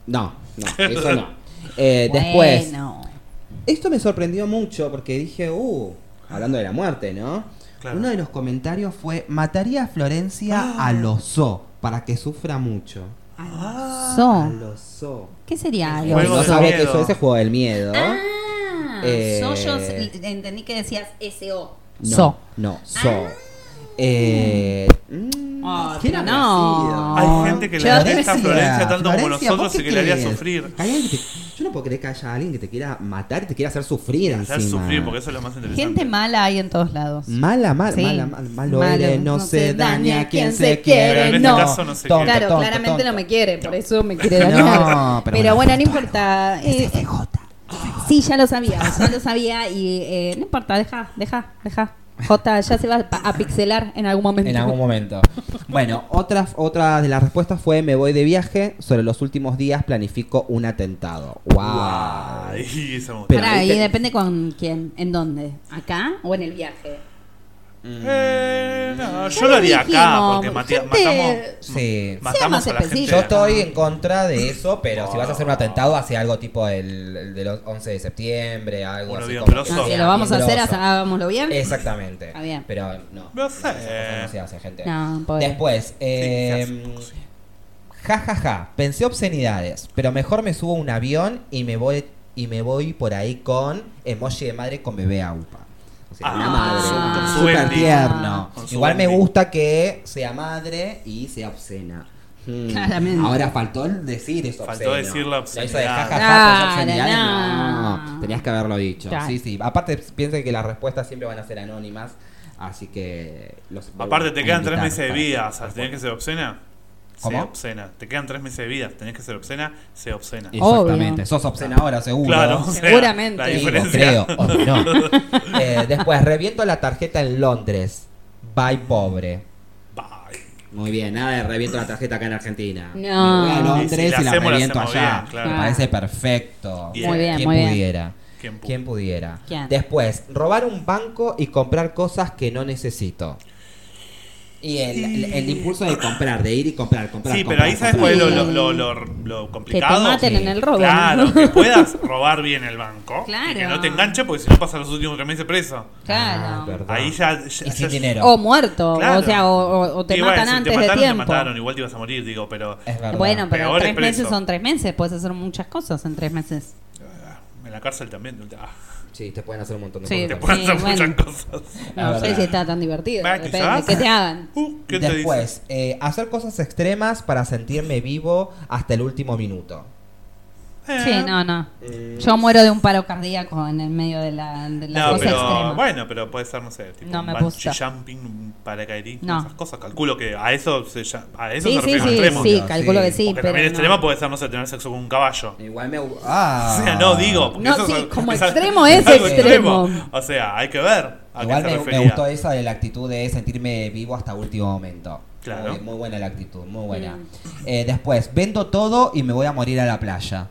No, no, eso no. Eh, Después,
Bueno.
esto me sorprendió mucho porque dije, uh, hablando de la muerte, ¿no?
Claro.
Uno de los comentarios fue, mataría a Florencia a Lozó para que sufra mucho. A
Ah,
So.
Lozó.
¿Qué sería
Juego
No
algo?
del
sabe que
miedo.
eso es el juego del miedo.
Ah,
Eh,
so yo s- entendí que decías SO.
No,
So.
No, so. Eh, mm,
Ah,
¿quién
pero
habrá
no.
sido?
Hay gente que le
Yo te
detesta a
decía,
Florencia tanto como
Florencia,
nosotros
¿vos qué
y que le haría
crees?
sufrir.
Hay alguien que te- yo no puedo creer que haya alguien que te quiera matar y te quiera hacer sufrir
Hacer
encima.
sufrir, porque eso es lo más interesante.
Gente mala hay en todos lados.
Mala, mal,
Sí.
mala, mal, malo,
Malo,
eres, no,
no
se
se
daña a quien se
Pero en
quiere,
este
no.
caso no se
Tonto,
quiere.
Claro,
tonto,
claramente
tonto.
no me quiere, por eso me quiere
No,
dañar.
pero bueno,
pero, bueno, no
puta.
importa. eh, eh, sí, ya lo sabía, ya lo sabía y eh, no importa, deja, deja, deja. J ya se va pa- a pixelar en algún momento.
En algún momento. Bueno, otra, otra de las respuestas fue me voy de viaje, sobre los últimos días planifico un atentado. Wow.
Ay, esa mujer.
Pero
Pará,
ahí
ahí
te-
depende con quién, en dónde, acá o en el viaje.
Eh, no,
Ya
yo lo haría acá,
dijimos,
porque mati-
gente-
matamos,
Sí.
matamos
más
a la gente.
específico.
Yo estoy en contra de eso, pero si vas a hacer un atentado, hace algo tipo el, el de los 11 de septiembre, algo
Uno
así.
bien
como
grosso.
que
No,
Eso.
si
sea
Ah, lo vamos a
bien
hacer,
grosso.
hagámoslo bien.
Este, Exactamente.
Está bien.
Pero no.
No sé.
esas cosas no se hacen, gente.
No, pobre.
Después,
Sí, se hace,
eh,
sí.
Ja, ja, ja. Pensé obscenidades, pero mejor me subo a un avión y me voy y me voy por ahí con emoji de madre con bebé a UPA. O sea,
Ah,
una madre.
con su- con su
Súper
ending.
tierno.
Con su
Igual me
ending.
gusta que sea madre y sea obscena. Hmm.
Claramente.
Ahora faltó el decir eso.
Faltó
obsceno.
decir la
Eso de
obscenidad.
ja, ja, ja,
Claro,
pues, obscenidades, no.
no.
Tenías que haberlo dicho.
Claro.
Sí, sí. Aparte, piensen que las respuestas siempre van a ser anónimas. Así que. Los
Aparte, te quedan tres meses de vida, o sea,
Así
tenés que ser obscena.
¿Cómo?
Se obscena. Te quedan tres meses de vida, tenés que ser obscena, se obscena.
Exactamente.
Obvio.
Sos obscena ahora, seguro.
Claro, o sea,
Seguramente.
la
Digo,
diferencia.
Uh, creo, o no. Eh, después, reviento la tarjeta en Londres. Bye, pobre.
Bye.
Muy bien, nada de reviento la tarjeta acá en Argentina.
No.
Me voy a Londres
Y si la
y la
hacemos, la
reviento
hacemos
allá.
bien, claro.
Me parece perfecto.
Bien. Muy
bien,
¿Quién
muy bien.
pudiera?
¿Quién pu-
¿Quién pudiera?
¿Quién?
Después, robar un banco y comprar cosas que no necesito. Y el, el- el impulso de comprar, de ir y comprar, comprar.
Sí, pero
comprar,
ahí sabes
comprar.
cuál es lo, lo, lo, lo- lo complicado.
maten en el robo,
Claro,
¿no?
que puedas robar bien el banco.
Claro.
Y que no te enganche porque si no pasas los últimos tres meses preso.
Ah,
Claro.
verdad.
Ahí ya. ya-
Y
ya-
sin dinero.
o muerto,
Claro.
o sea, o, o- o te
Y bueno,
matan
si
antes
te mataron,
de tiempo.
Te mataron, igual te ibas a morir, digo, pero.
Es verdad.
Bueno, pero
Peor es
tres meses
preso.
son tres meses, puedes hacer muchas cosas en tres meses.
En la cárcel también. ah,
Sí, te pueden hacer un montón de
Sí.
te
cosas.
pueden
Sí,
hacer
bueno.
muchas cosas.
La
No sé
verdad.
si está tan divertido,
Bah,
depende
quizás.
de que te hagan.
Uh, ¿Qué te dice?
Después, eh, hacer cosas extremas para sentirme vivo hasta el último minuto.
Eh,
Sí, no, no. Yo muero de un paro cardíaco en el medio de la, de la
No,
cosa
pero
extrema.
bueno, pero puede ser, no sé, tipo
No
un
me
bungee
gusta.
jumping, un paracaidismo,
No.
esas cosas. Calculo que a eso se, llama- a eso
sí,
se
sí,
refiere
sí,
extremo.
sí,
¿no?
calculo
Sí.
que sí,
Porque
pero
también extremo
no.
puede ser, no sé, tener sexo con un caballo.
Igual me. Ah.
O sea, no digo. porque
No,
eso
sí,
al-
como
al-
extremo es
algo
extremo.
O sea, hay que ver a
Igual me,
qué se
me
refería.
gustó esa de la actitud de sentirme vivo hasta último momento. Eh,
Claro.
Muy, muy buena la actitud, muy buena. Eh, después, vendo todo y me voy a morir a la playa.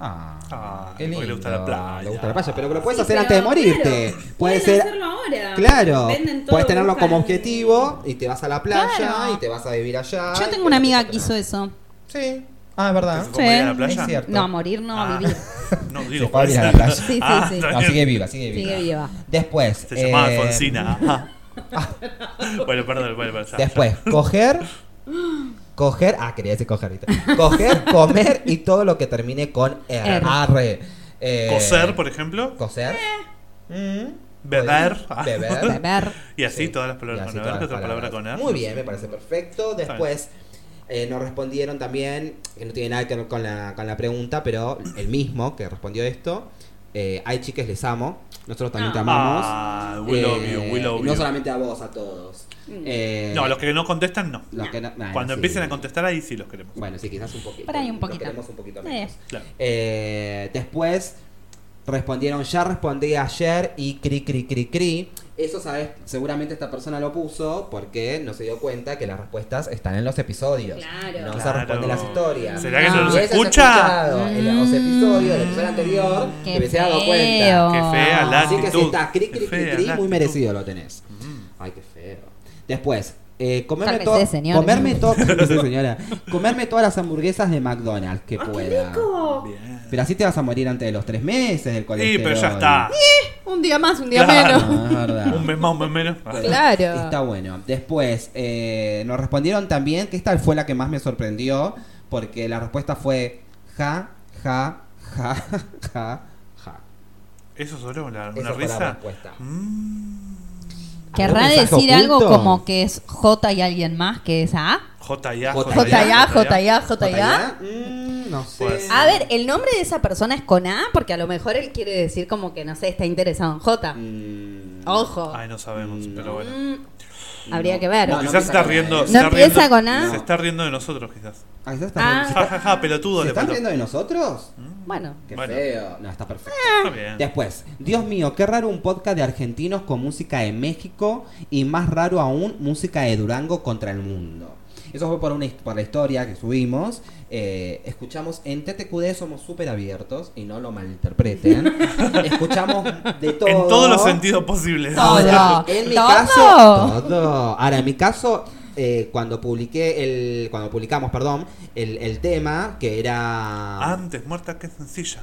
Ah,
Ah,
qué
porque
lindo.
le gusta la playa.
Le gusta la playa, pero lo puedes
Sí,
hacer
pero,
antes de morirte.
claro,
puede
pueden
ser.
hacerlo ahora.
Claro,
Venden todo,
puedes tenerlo como
buscan-
objetivo y te vas a la playa
Claro.
y te vas a vivir allá.
Yo
y
tengo
te-
una amiga que hizo eso.
Sí. Ah, es verdad.
¿Se fue a morir a la playa?
Es cierto.
No, a morir no,
Ah.
a vivir.
No,
Se fue
digo,
a
puede
vivir a
ser.
la playa.
Sí, sí,
Ah,
sí.
está
No,
bien.
sigue viva, sigue viva.
Sigue viva.
Después.
Se llamaba
eh,
Alfonsina. bueno, perdón, bueno, perdón. ya,
Después, coger. Coger. Ah, quería decir coger. ahorita. Coger, comer y todo lo que termine con R.
R.
Arre.
ya.
Eh,
Coser, por ejemplo.
Coser.
Eh.
Mm.
Beber. ah,
Beber.
Beber.
Y así
Sí.
todas las
Y
palabras
así
con
todas
ver, ¿qué
las
otra palabra
palabras.
con er?
Muy bien, me parece perfecto.
bien.
Después. eh, nos respondieron también, que no tiene nada que ver con la, con la pregunta, pero el mismo que respondió esto, Eh, hay chiques, les amo. Nosotros también te
Ah.
amamos.
Ah, we love you, we love
Eh, No
you.
solamente a vos, a todos.
Mm.
Eh,
No, los que no contestan, no.
los que no- nah,
Cuando
sí.
empiecen a contestar, ahí sí los queremos.
Bueno, sí, quizás un poquito.
Por ahí un
Lo
poquito.
queremos un poquito
Sí.
menos.
Claro.
Eh, después respondieron, ya respondí ayer y cri cri cri cri. Eso, sabes, seguramente esta persona lo puso porque no se dio cuenta que las respuestas están en los episodios.
Claro. Ah.
No se
Claro.
responden las historias.
¿Será que
No.
no los
Y esa se ha
escucha?
escuchado En los episodios, el episodio anterior,
Mm,
que me se ha dado cuenta.
Ah.
feo.
Qué fea la
Así que si
actitud.
está cri cri
Qué
cri
fea
cri,
la
muy
actitud. Mm.
merecido lo tenés. Ay, qué feo. Después, eh, comerme,
Cálmese,
to-
señor.
comerme, to- Cálmese, señora. comerme todas las hamburguesas de McDonald's
Ah,
que pueda.
Bien.
Pero así te vas a morir antes de los tres meses del colegio.
Sí, pero ya está.
Un día más, un día
Claro.
menos.
Un mes más, un mes menos.
Claro.
Está bueno. Después, eh, nos respondieron también que esta fue la que más me sorprendió, porque la respuesta fue ja, ja, ja, ja, ja.
Eso solo, la-
Esa
una
fue la
risa.
respuesta.
Mm,
¿Querrá
¿Algún mensaje
decir algo
oculto?
como que es J y alguien más que es A?
J.I.A.
J.I.A.,
JA, JA, JA.
¿J.I.A.? Mm, no sé.
Pues-
A ver, ¿el nombre de esa persona es con A? Porque a lo mejor él quiere decir como que, no sé, está interesado en J.
Mm,
Ojo.
Ay, no sabemos,
No.
pero bueno.
Mm,
no.
habría que ver.
No, no
Quizás se
empieza
está
con
riendo.
A.
se
No
está
empieza
riendo-
con A.
Se está riendo de nosotros, quizás.
Ah, quizás está
Ah.
riendo.
Ja, ja, ja, pelotudo.
¿Se
Le
están
faltó.
riendo de nosotros?
Bueno,
Qué
Bueno.
feo. No, está perfecto.
Está bien.
Después, Dios mío, qué raro un podcast de argentinos con música de México y más raro aún música de Durango contra el mundo. Eso fue por, una, his- por la historia que subimos. Eh, escuchamos en TTQD, somos súper abiertos y no lo malinterpreten. escuchamos de todo.
En todos los sentidos posibles.
Todo.
En mi
¿Todo?
caso, todo. Ahora, en mi caso, eh, cuando publiqué el, cuando publicamos, perdón, el, el tema que era
Antes muerta que sencilla.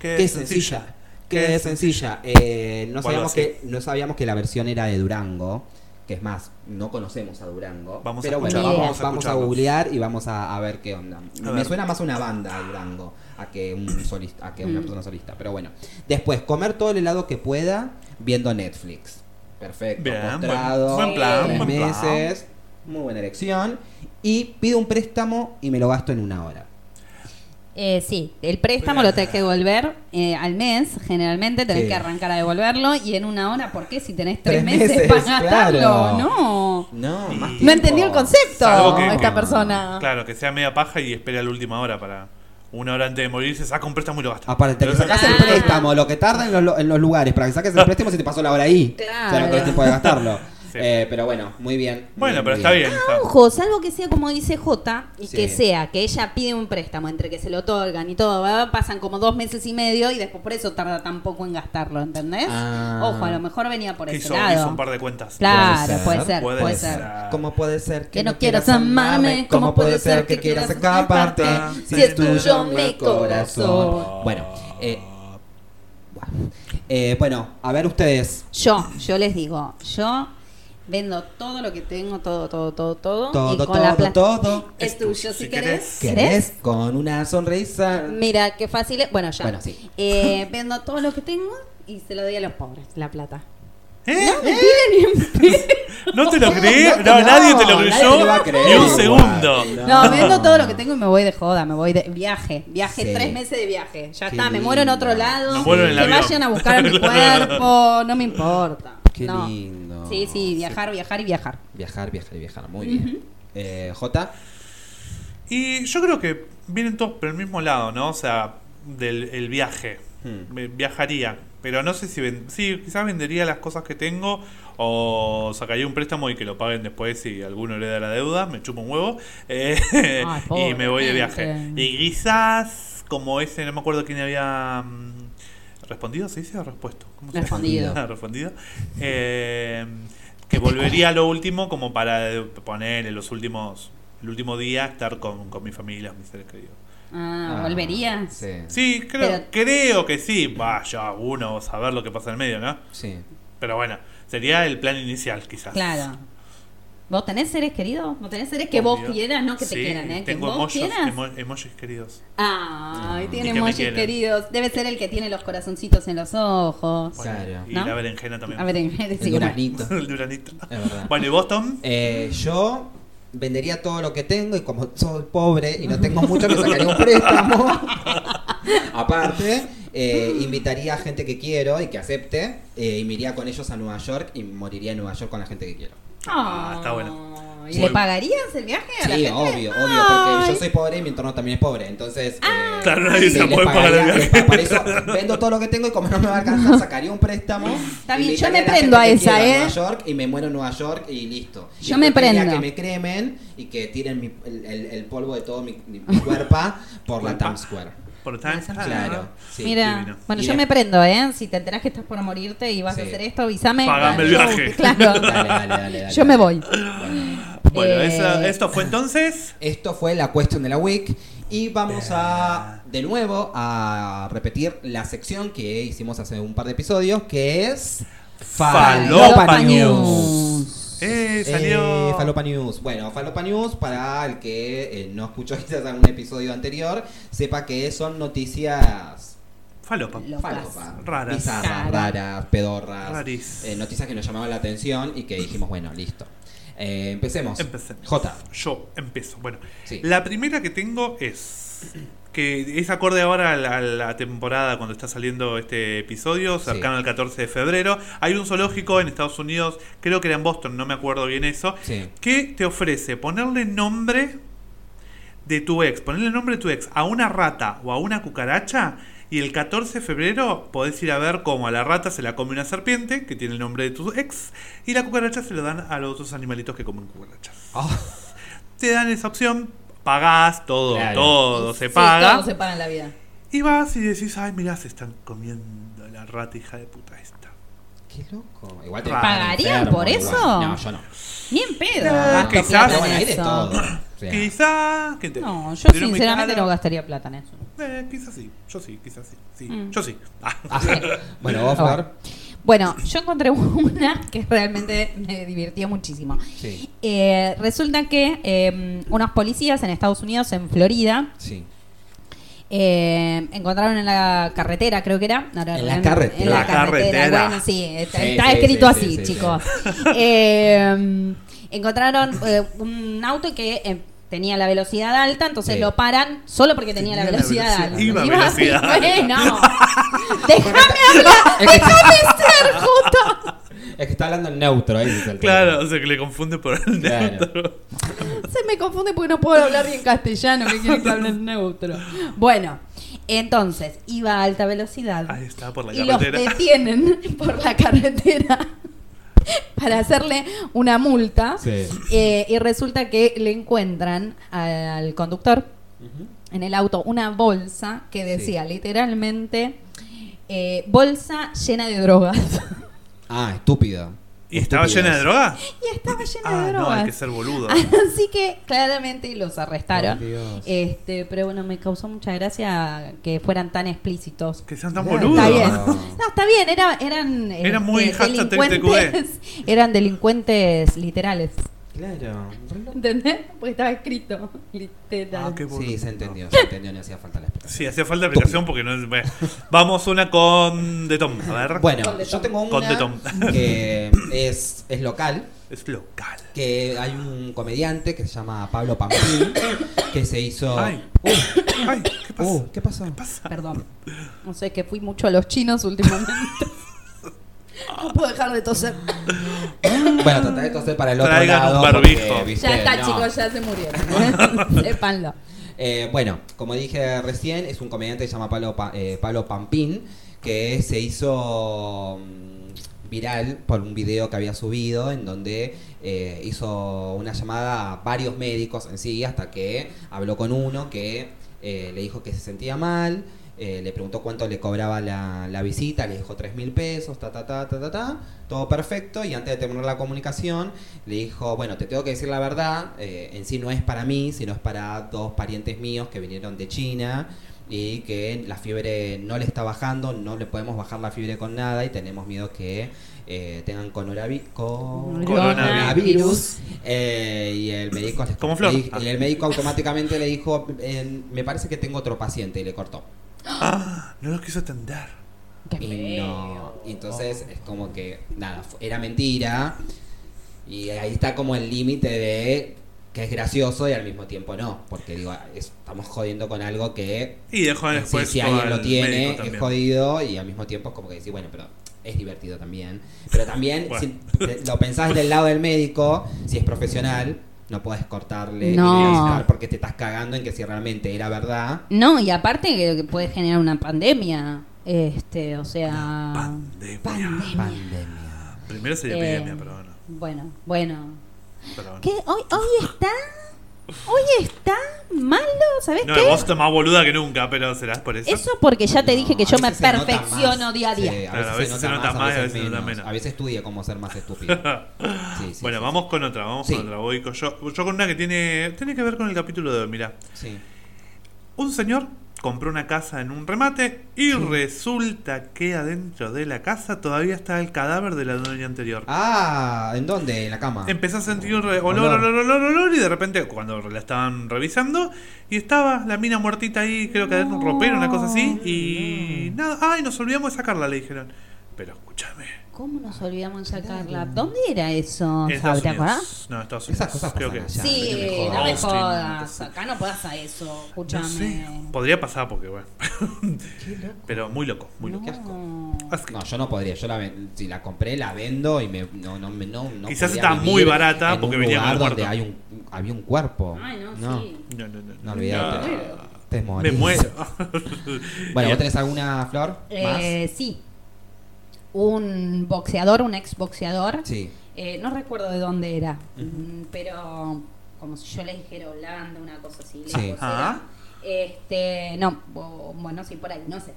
Qué sencilla. Qué sencilla. Eh, no,
Bueno,
sabíamos
sí.
que, no sabíamos que la versión era de Durango. Que es más, no conocemos a Durango.
Vamos a
pero bueno,
escucharlo,
vamos,
vamos a
vamos a
escucharlo.
googlear y vamos a, a ver qué onda. Me
ver.
suena más una banda a Durango a que, un solista, a que
Mm.
una persona solista. Pero bueno. Después, comer todo el helado que pueda viendo Netflix. Perfecto.
Bien, buen-
postrado,
buen plan,
tres
buen plan.
meses. Muy buena elección. Y pido un préstamo y me lo gasto en una hora.
Eh, sí, el préstamo lo tenés que devolver eh, al mes, generalmente tenés
Sí.
que arrancar a devolverlo y en una hora, ¿por qué? Si tenés tres,
Tres
meses,
meses,
para gastarlo,
claro.
no.
No,
Y-
más
No
tiempo.
no entendió el
Salvo
concepto
que-
esta
que-
persona.
Claro, que sea media paja y espere a la última hora para. Una hora antes de morirse, saca un préstamo y lo gasta.
Aparte, que sacas el
Ah.
préstamo, lo que tarda en los, en los lugares para que saques el préstamo si te pasó la hora ahí.
Claro.
O sea, no tenés tiempo de gastarlo.
Sí.
Eh, pero bueno, muy bien.
Bueno,
Muy
pero está bien. está-
Ojo, salvo que sea como dice J y
Sí.
que sea que ella pide un préstamo entre que se lo otorgan y todo, ¿verdad? pasan como dos meses y medio y después por eso tarda tan poco en gastarlo, ¿entendés?
Ah.
Ojo, a lo mejor venía por
que
ese
hizo,
lado.
hizo un par de cuentas.
Claro,
Puede
puede
ser,
ser, puede,
puede
ser.
ser.
¿Cómo puede ser
Que no quieras amarme?
¿Cómo puede ser que quieras escaparte? Si es tuyo mi corazón.
corazón.
Bueno, eh, bueno. Eh, bueno, a ver ustedes.
Yo, yo les digo, yo vendo todo lo que tengo, todo, todo, todo, todo.
Todo,
y con la
todo,
plata-
todo.
Es tuyo si,
Si
querés.
¿Querés? Con una sonrisa.
Mira, qué fácil es. Bueno, ya.
Bueno, sí.
Eh, vendo todo lo que tengo y se lo doy a los pobres, la plata.
¿Eh?
Miren,
¿No te lo crees?
No,
No,
no,
nadie te lo
nadie
creyó.
te lo va a creer
Ni un
igual.
segundo.
No, vendo todo lo que tengo y me voy de joda, me voy de viaje. Viaje,
Sí.
tres meses de viaje. Ya
Qué
está, me muero en otro
lindo.
lado.
Me muero en el
que
avión.
vayan a buscar mi cuerpo, no me importa.
Qué
No.
lindo.
Sí, sí, viajar, viajar y viajar.
Viajar, viajar y viajar. Muy bien. Eh, J.
Y yo creo que vienen todos por el mismo lado, ¿no? O sea, del el viaje.
Hmm.
Me- Viajaría. Pero no sé si... ven- sí, quizás vendería las cosas que tengo o sacaría un préstamo y que lo paguen después si alguno hereda la deuda, me chupo un huevo eh,
Ay,
y
pobre
me voy de viaje.
gente.
Y quizás, como ese, no me acuerdo quién había mm, respondido, ¿se dice o respuesto? ¿Cómo se dice?
Respondido.
Ah, respondido. Eh, que volvería a lo último como para eh, poner en los últimos el último día estar con, con mi familia, mis seres queridos.
Ah,
Ah,
¿volvería?
Sí.
Sí, creo, creo que sí. Vaya, uno a saber lo que pasa en el medio, ¿no?
Sí.
Pero bueno, sería el plan inicial quizás.
Claro. ¿Vos tenés seres queridos? ¿Vos tenés seres que vos
Obvio.
quieras, no que
Sí,
te quieran, eh? Que
Tengo
vos
emojis,
quieras.
emo- emojis queridos.
Ay, tiene
Y que me
emojis
quieren.
queridos. Debe ser el que tiene los corazoncitos en los ojos.
Bueno, Claro.
Y
¿No?
la berenjena también.
A ver, en vez de
El
decir una-
duraznito.
El duranito.
Es verdad.
Bueno, ¿y Boston?
Eh, yo vendería todo lo que tengo y como soy pobre y no tengo mucho, me sacaría un préstamo. Aparte, Eh, invitaría a gente que quiero y que acepte. eh, y me iría con ellos a Nueva York y moriría en Nueva York con la gente que quiero.
Ah, está bueno.
¿Y
Muy
le
bueno.
pagarías el viaje a la
Sí,
gente?
obvio, obvio, porque yo soy pobre y mi entorno también es pobre. Entonces, eh,
Ah.
Claro, nadie
sí,
se
les
puede pagar el
pagaría-
viaje.
les pa- Por eso vendo todo lo que tengo y como no me va a alcanzar, sacaría un préstamo.
Está bien,
invitaría
yo me
la gente
prendo a
que
esa,
quiero
¿eh?
Nueva York y me muero en Nueva York y listo. Y
Yo me
después quería
prendo.
que me cremen y que tiren mi- el, el- el polvo de todo mi, mi- mi cuerpo por la
Cuerpa.
Times Square.
Por Times Square.
Claro. sí.
Ah. Mira,
divino.
bueno,
Y
yo
de-
me prendo, ¿eh? Si te enterás que estás por morirte y vas a
Sí.
hacer esto, avísame.
Pagame el
Yo-
viaje.
Claro.
Dale, dale, dale, dale,
yo
dale.
me voy.
Bueno,
Eh,
esa- esto fue entonces.
Esto fue la cuestión de la week y vamos a de nuevo a repetir la sección que hicimos hace un par de episodios que es
Falopa
News.
Eh,
Eh,
salió.
Falopa News. Bueno, Falopa News, para el que eh, no escuchó quizás algún episodio anterior, sepa que son noticias
Falopa.
falopa,
Raras.
bizarras, raras, pedorras,
Raris.
eh, noticias que nos llamaban la atención y que dijimos, bueno, listo. Eh, empecemos.
Empecemos.
J.
Yo empiezo. Bueno,
Sí.
la primera que tengo es. Que es acorde ahora a la, a la temporada cuando está saliendo este episodio, cercano al 14 de febrero. Hay un zoológico en Estados Unidos, creo que era en Boston, no me acuerdo bien eso,
Sí.
que te ofrece ponerle nombre de tu ex, ponerle nombre de tu ex a una rata o a una cucaracha y el 14 de febrero podés ir a ver cómo a la rata se la come una serpiente que tiene el nombre de tu ex y la cucaracha se lo dan a los otros animalitos que comen cucarachas.
Ah.
Te dan esa opción, pagás todo,
Claro.
todo se
Sí,
paga
todo se paga en la vida.
y vas y decís, ay mirá, se están comiendo la rata hija de puta esta.
Qué loco. Igual te
Raro.
¿Pagarían
enfermo,
por
igual.
eso?
No, yo no.
Bien pedo.
Ah,
Gasto
quizás.
plata
Pero
en
bueno, hay de
eso.
todo. O sea,
Quizá... ¿quién te-
No, yo
te dieron muy
sinceramente
caro?
no gastaría plata en eso.
Eh, quizás sí, yo sí, quizás sí. sí.
Mm.
Yo sí. Ah.
bueno, vos, Flor.
Bueno, yo encontré una que realmente me divirtió muchísimo.
Sí.
Eh, resulta que eh, unos policías en Estados Unidos, en Florida,
Sí.
eh, encontraron en la carretera, creo que era. no, no,
En la
en-
carretera.
En la,
La
carretera.
carretera.
Bueno, sí, está,
Sí,
está
sí,
escrito
sí,
así,
sí, sí,
chicos. Eh, encontraron eh, un auto que eh, tenía la velocidad alta, entonces
Sí.
lo paran solo porque tenía,
Tenía
la
la
velocidad
velocidad-
alta.
iba a
Iba así,
velocidad alta.
bueno. Déjame hablar,
Es que,
déjame ser justo.
es que está hablando en neutro ahí. dice el
Claro, o
tipo.
sea que le confunde por el
Claro.
neutro.
Se me confunde porque no puedo hablar bien castellano, que quieren que hable en neutro. Bueno, entonces, iba a alta velocidad.
Ahí está, por la
y los
carretera.
detienen por la carretera para hacerle una multa.
Sí.
Eh, y resulta que le encuentran al conductor en el auto una bolsa que decía literalmente eh, bolsa llena de drogas.
Ah, estúpido.
¿Y estaba
Estúpido.
llena de droga?
y estaba llena
Ah,
de
no, hay
drogas. Ah.
que ser boludo.
Así que claramente los arrestaron.
Por Dios.
este, pero bueno, me causó mucha gracia que fueran tan explícitos.
Que sean tan
Claro.
boludos. Ah.
Está bien.
No.
No, está bien, era- eran eh,
Era muy
eh,
hashtag
delincuentes,
E.
eran delincuentes literales,
Claro.
¿entendés? Porque estaba escrito literal.
Ah, qué boludo.
Sí, se entendió, se entendió, no hacía falta la explicación.
Sí, hacía falta aplicación porque no. bueno. Vamos una con De Tom. A ver.
Bueno, yo tengo
Con de
una
Tom.
que es, es local,
Es local.
que hay un comediante que se llama Pablo Pampín, que se hizo...
Ay. Ay, ¿qué pasa? Ah.
Uh, ¿qué pasó?
Perdón. No sé, que fui mucho a los chinos últimamente. No puedo dejar de toser.
Bueno, traté de toser para el otro
Traigan un
lado.
barbijo.
viste,
Ya está,
no.
chicos, ya se murieron. Sépanlo.
Eh, bueno, como dije recién, es un comediante que se llama Pablo, Pa- eh, Pablo Pampín, que se hizo mm, viral por un video que había subido en donde eh, hizo una llamada a varios médicos en sí, hasta que habló con uno que eh, le dijo que se sentía mal. eh, le preguntó cuánto le cobraba la, la visita, le dijo tres mil pesos, ta, ta, ta, ta, ta, ta, todo perfecto. Y antes de terminar la comunicación, le dijo, bueno, te tengo que decir la verdad, eh, en sí no es para mí, sino es para dos parientes míos que vinieron de China y que la fiebre no le está bajando, no le podemos bajar la fiebre con nada y tenemos miedo que eh, tengan conoravi- co-
Coronavirus.
coronavirus. Eh, y el médico les-
Como Flor.
le di- y el médico automáticamente le dijo, "Eh, me parece que tengo otro paciente y le cortó.
Ah, no lo quiso atender.
Y no. y entonces es como que, nada, fu- era mentira. Y ahí está como el límite de Que es gracioso y al mismo tiempo no, porque digo, ah, es- estamos jodiendo con algo que
Y dejó
sí,
Ah, después.
si
todo
alguien lo
al
tiene,
médico
es
también.
jodido y al mismo tiempo es como que decís, bueno, pero es divertido también. Pero también,
Bueno.
si te- lo pensás del lado del médico, si es profesional, no podés cortarle y
No.
entrevistar porque te estás cagando en que si realmente era verdad.
No, y aparte que que puede generar una pandemia. Este, o sea.
Pandemia.
pandemia.
Pandemia.
Primero sería
Eh,
epidemia, pero bueno.
Bueno, bueno.
pero bueno.
¿Qué? ¿Hoy, hoy está? ¿Hoy está malo? ¿Sabes
No,
qué?
vos estás más boluda que nunca, pero serás por eso.
Eso porque ya te dije que
No,
yo
a
me
veces se nota
perfecciono
más.
día a día.
Sí,
Claro, a veces se nota más, a veces se nota menos.
A veces estudia cómo ser más estúpido. Sí, sí,
bueno,
sí,
vamos con otra, vamos
Sí.
con otra. Voy con yo, yo con una que tiene, tiene que ver con el capítulo de hoy, mirá.
sí.
Un señor compró una casa en un remate y resulta que adentro de la casa todavía está el cadáver de la dueña anterior.
Ah, ¿en dónde? En la cama.
Empezó a sentir un re- olor,
Olor.
olor, olor, olor, y de repente cuando la estaban revisando y estaba la mina muertita ahí, creo que adentro de un ropero, una cosa así, y nada, ay, nos olvidamos de sacarla, le dijeron. Pero escúchame.
¿Cómo nos olvidamos de sacarla? ¿Dónde era eso?
en
Fab,
Estados
¿Te acordás?
Unidos. No, Estados Unidos.
Esas cosas
creo
pasan
que.
allá.
Sí,
no me
no me
jodas.
Austin,
jodas. Acá no pasa eso. Escúchame.
No sé. Podría pasar porque, bueno. Pero muy loco, muy
No.
loco.
Qué asco.
Así que-
No, yo no podría. Yo la, ven- si la compré, la vendo y me, no, no, me- no, no
Quizás
podría
está
vivir
muy barata
en
porque
un
venía
lugar
con el
donde
cuerpo.
hay un, había un cuerpo.
Ay, no, sí.
No, no, no.
No olvidate.
No.
Te
Me
morís.
muero. Eh,
Bueno,
Bien.
¿vos tenés alguna flor?
Eh, sí. Un boxeador, un ex boxeador.
¿Más? Sí.
Eh, no recuerdo de dónde era, Mm, pero como si yo le dijera Holanda, una cosa así. la
Sí.
cosa
Ajá.
era, Este, no, o- bueno, sí, por ahí, no sé.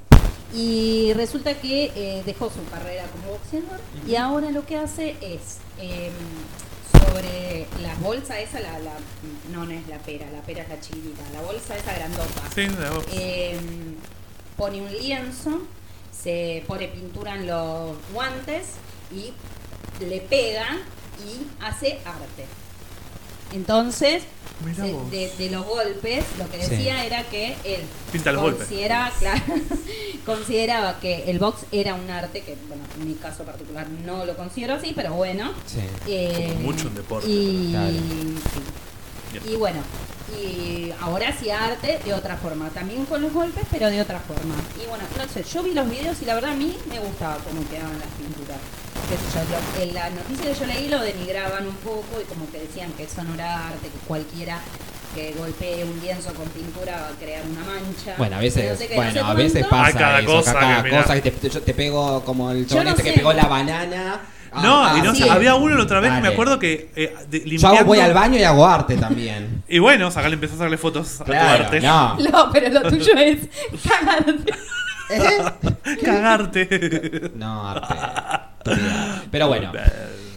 Y resulta que eh, dejó su carrera como boxeador y ahora lo que hace es em, sobre la bolsa esa, la, la- no, no es la pera, la pera es la chiquitita, la bolsa esa grandota.
Sí, la voz.
Eh, pone un lienzo, se pone pintura en los guantes y le pega y hace arte. Entonces,
Mirá
se-
vos.
de, de los golpes, lo que
Sí.
decía era que él
Pinta los golpes.
considera- claro, consideraba que el box era un arte, que bueno, en mi caso particular no lo considero así, pero bueno.
Sí.
Eh,
Como mucho un deporte,
Y,
claro.
sí.
Bien.
Y bueno, y ahora sí arte de otra forma, también con los golpes, pero de otra forma. Y bueno, no sé, yo vi los videos y la verdad a mí me gustaba cómo quedaban las pinturas. Qué sé yo, lo- en la noticia que yo leí lo denigraban un poco y como que decían que eso no era arte, que cualquiera que golpee un lienzo con pintura va a crear una mancha.
Bueno, a
que no
veces,
sé qué, no
bueno,
sé
a veces
cuánto.
pasa
Hay cada
eso,
cosa
cosa, cada
que mirá.
cosa que te, yo te pego como el chabón
no
este que
sé.
pegó la banana. Ah,
No,
ah,
y no
sí.
sé, había uno la otra vez, me
Dale.
acuerdo que eh, de-
Yo hago-
limpiando-
voy al baño y hago arte también.
Y bueno, sacarle, empezó a sacarle fotos a tu
Claro,
arte.
no.
No, pero lo tuyo es cagarte.
Cagarte.
No, arte. Tu vida. Pero Ah, bueno.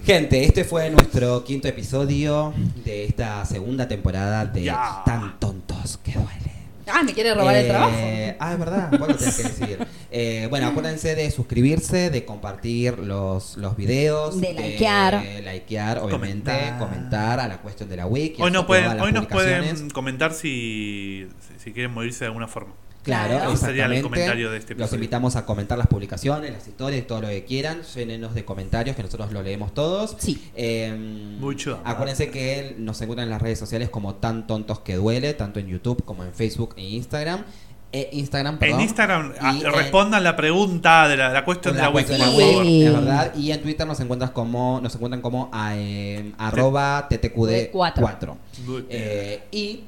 Gente, este fue nuestro quinto episodio de esta segunda temporada de
Ya.
Tan Tontos que Duele.
Ah, me quiere robar el
Eh,
trabajo.
Ah, es verdad, vos lo tenés que decir. Eh, bueno, acuérdense de suscribirse, de compartir los, los videos,
De likear.
de likear, obviamente,
Comentar.
comentar. a la cuestión de la wiki.
Hoy,
a
no
todas
pueden,
las
hoy nos
publicaciones.
pueden comentar si, si- si quieren morirse de alguna forma.
Claro,
Ese sería el
exactamente.
comentario de este
Los
episodio.
invitamos a comentar las publicaciones, las historias, todo lo que quieran. Llénenos de comentarios que nosotros lo leemos todos.
Sí.
Eh,
Mucho.
Acuérdense que él- nos encuentran en las redes sociales como Tan Tontos que Duele, tanto en YouTube como en Facebook e Instagram. E Instagram, perdón.
En Instagram ah,
eh,
Y en-
respondan la pregunta de la, la
con
cuestión de la,
la
wiki.
cuestión de la
por favor.
Eh,
web, es verdad. Y en Twitter nos encuentras como, nos encuentran como ah, eh, arroba ttqd4.
Good.
Eh, y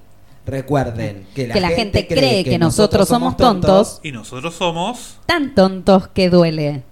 recuerden que la,
Que la gente cree que nosotros somos tontos,
Y nosotros somos...
Tan tontos que duele.